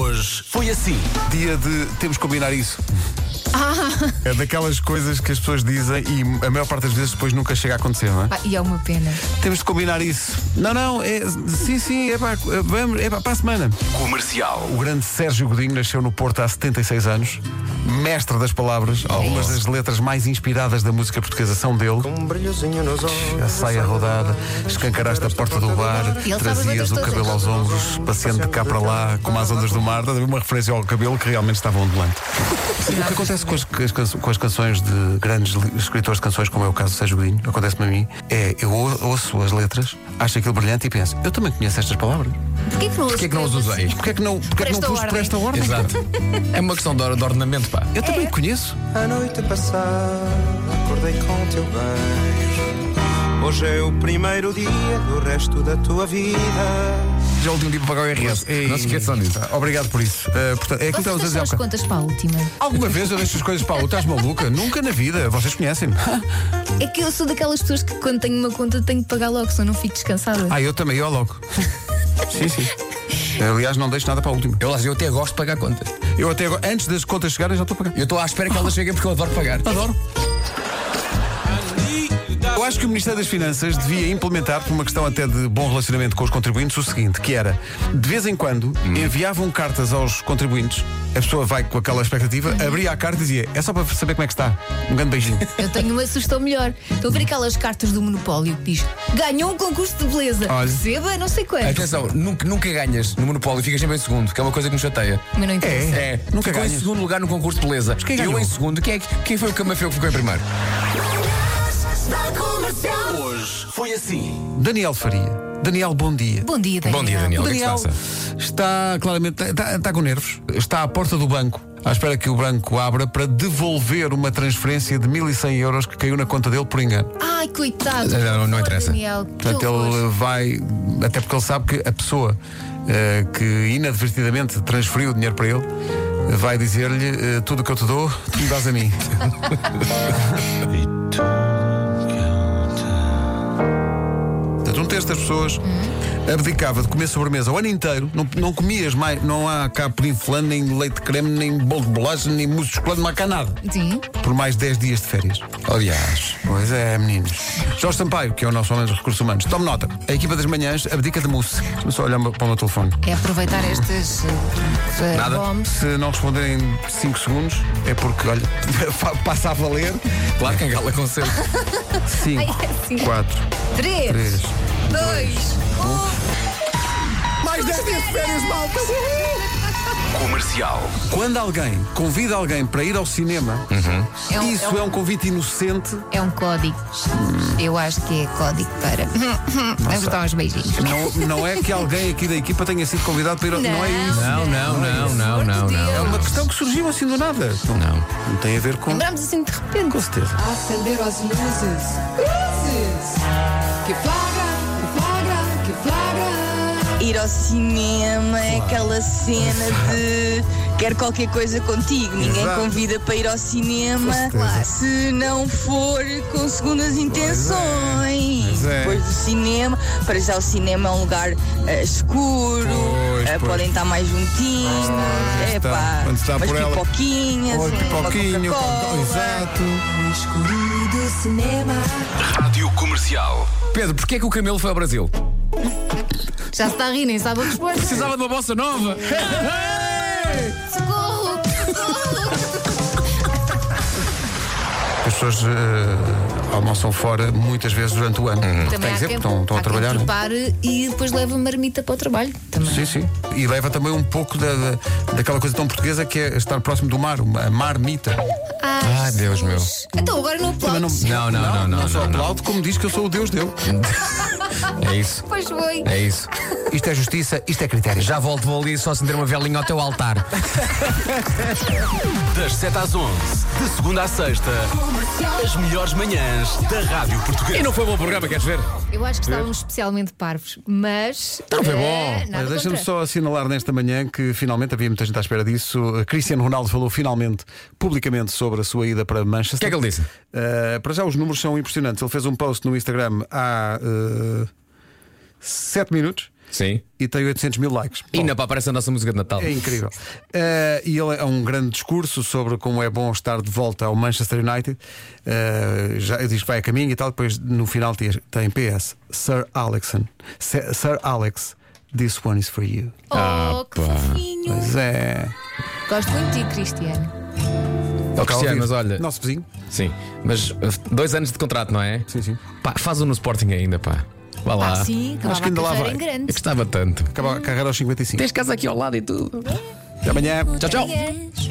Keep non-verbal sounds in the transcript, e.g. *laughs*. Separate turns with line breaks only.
Hoje foi assim.
Dia de. Temos que combinar isso.
Ah.
É daquelas coisas que as pessoas dizem e a maior parte das vezes depois nunca chega a acontecer, não é?
Ah, e é uma pena.
Temos de combinar isso. Não, não, é, sim, sim, é para, vamos, é para, para a semana.
Comercial.
O grande Sérgio Godinho nasceu no Porto há 76 anos, mestre das palavras,
É.
algumas das letras mais inspiradas da música portuguesa são dele.
Um brilhozinho nos olhos.
A saia rodada, escancaraste a porta do bar,
Ele sabe
trazias
as letras
o
todas.
cabelo aos ombros, passeando de cá para lá, como as ondas do mar, dando uma referência ao cabelo que realmente estava ondulante. o que acontece com as, com as canço- com as canções de grandes li- escritores de canções, como é o caso do Sérgio Godinho, acontece-me a mim, é eu ou- ouço as letras, acho aquilo brilhante e penso, eu também conheço estas palavras.
Porquê que não,
Porquê que não as usei?
Porquê é que não, porquê é que não
Por esta
pus por
ordem.
esta ordem?
Exato. É uma questão de, or- de ornamento, pá.
Eu
É.
também conheço.
A noite passada acordei com teu beijo. Hoje é o primeiro dia do resto da tua vida.
Já é o último dia para pagar o IRS. Não se esqueçam disso.
Pá, é Obrigado por isso. Uh, portanto, é aquilo que estávamos
Vocês
a dizer
deixam
há
as
bocado.
contas para a última.
Alguma vez eu deixo as coisas para a outra, estás maluca? Nunca na vida. Vocês conhecem-me.
*laughs*
É que eu sou daquelas pessoas que quando tenho uma conta tenho que pagar logo, senão não fico descansada.
Ah, eu também, eu logo. Sim, sim. Aliás, não deixo nada para a última.
Eu, lá, eu até gosto de pagar contas.
Eu até agora, antes das contas chegarem, já estou a pagar.
Eu estou à espera que elas cheguem porque eu adoro pagar.
Adoro. Eu acho que o Ministério das Finanças devia implementar, por uma questão até de bom relacionamento com os contribuintes, o seguinte, que era, de vez em quando,
Hum.
enviavam cartas aos contribuintes, a pessoa vai com aquela expectativa, abria a carta e dizia, é só para saber como é que está. Um grande
*laughs*
beijinho.
Eu tenho uma sugestão melhor. Estou a ver aquelas cartas do Monopólio que diz: ganhou um concurso de beleza.
Olha.
Receba não sei quanto.
Atenção, nunca, nunca ganhas no Monopólio, ficas sempre em segundo, que é uma coisa que me chateia.
Mas não interessa.
É,
Nunca
ficou em
ganhas.
segundo lugar no concurso de beleza.
quem
eu
ganhou?
em segundo, quem, é que- quem foi o camafeu que ficou em primeiro?
Hoje foi assim.
Daniel Faria. Daniel, bom dia.
Bom dia, Daniel.
Bom dia, Daniel.
O
O que é que
Daniel
se
está claramente está, está com nervos. Está à porta do banco, à espera que o banco abra para devolver uma transferência de 1.100 euros que caiu na conta dele por engano.
Ai, coitado.
Não, não, não
Oh,
interessa.
Daniel, que
Portanto,
horror.
ele vai, até porque ele sabe que a pessoa eh, que inadvertidamente transferiu o dinheiro para ele eh, vai dizer-lhe eh, tudo o que eu te dou, tu me dás a mim. Portanto, um terço das pessoas
Hum?
abdicava de comer sobremesa o ano inteiro, não, não comias mais, não há cá pudim flan, nem leite de creme, nem bolo de bolacha, nem mousse de chocolate, não há cá nada.
Sim.
Por mais 10 dias de férias.
Aliás.
Pois é, meninos. Jorge Sampaio, que é o nosso homem dos recursos humanos. Tome nota. A equipa das manhãs abdica de mousse. Deixa-me só olhar para o meu telefone.
É aproveitar estas eh,
Nada.
bombs.
Se não responderem 5 segundos, é porque, olha, *laughs* fa- passa a valer.
Claro que em Gala conselho.
5,
Ai, é assim.
4,
Três,
3.
dois,
Mais 10 dias de férias, malta!
Comercial.
Quando alguém convida alguém para ir ao cinema,
É um- é
isso
um-
é um convite inocente.
É um código. Eu acho que é código para. *laughs* Vamos dar uns beijinhos.
Não, não é que alguém aqui da equipa tenha sido convidado para ir ao. Não, é isso.
Não, não, não, não, não,
É
não.
uma questão que surgiu assim do nada. Não, não, tem a ver com.
Lembramos assim de repente.
Com certeza.
acender as luzes. Luzes! Que flagra, que flagra, que flagra.
Ir ao cinema é aquela cena de quer qualquer coisa contigo. Ninguém
Exato.
convida para ir ao cinema
certeza.
se não for com segundas intenções.
é.
Depois do cinema, para já o cinema é um lugar eh, escuro,
Pois,
eh,
pois.
podem estar mais juntinhos.
está.
Epá,
Quando está
umas
por ela-
pipoquinhas,
Oi,
uma
pipoquinho, com- é.
Coca-Cola.
exato.
No escuro do cinema.
Rádio Comercial.
Pedro, porquê é que o Camelo foi ao Brasil?
Já se está a rir, nem sabe a resposta.
Precisava de uma bossa nova.
Socorro!
As pessoas eh, almoçam fora muitas vezes durante o ano. Tem que ser, porque estão, estão a
há
trabalhar.
Quem
não é?
prepare e depois leva marmita para o trabalho também.
Sim, sim. E leva também um pouco da, da- daquela coisa tão portuguesa que é estar próximo do mar, uma marmita.
Ai,
Ai, Deus meu.
Jesus. Ah, Então agora não
Também
aplaudes.
Não, não, não, não,
só
não, não.
aplaudo, como diz que eu sou o Deus dele.
É isso,
Pois foi.
é isso.
Isto é justiça, isto é critério.
Já volto, vou ali só acender uma velinha ao teu altar.
*laughs* Das 7 às 11. De segunda à sexta. As melhores manhãs da Rádio Portuguesa.
E não foi um bom programa, queres ver?
Eu acho que estávamos especialmente parvos, mas.
Então
Não foi bom.
eh, nada
Mas Deixa-me
contra.
só assinalar nesta manhã que finalmente havia muita gente à espera disso. Cristiano Ronaldo falou finalmente, publicamente, sobre a sua ida para Manchester. O
que é que ele disse?
para já, os números são impressionantes. Ele fez um post no Instagram há 7 eh, minutos
Sim.
e tem 800 mil likes.
E ainda pá, aparece a nossa música de Natal.
É incrível. Eh, e ele é um grande discurso sobre como é bom estar de volta ao Manchester United. Eh, já diz que vai a caminho e tal. Depois no final tem, tem PS. Sir Alexon. Se- Sir Alex, this one is for you.
Oh, que
pá.
fofinho.
Pois é.
Gosto muito de ti, Cristiano.
Ó, Cristiano, mas olha.
Nosso vizinho.
Sim. Mas uh, dois anos de contrato, não é?
Sim, sim.
Pá, faz um no Sporting ainda, pá. Vá lá.
Ah, sim, acabava
Acho que ainda
a
lá
carreira
vai.
em
Eu
grande.
gostava tanto.
Acaba a carreira aos 55.
Tens casa aqui ao lado e tudo.
Até amanhã.
Tchau, tchau.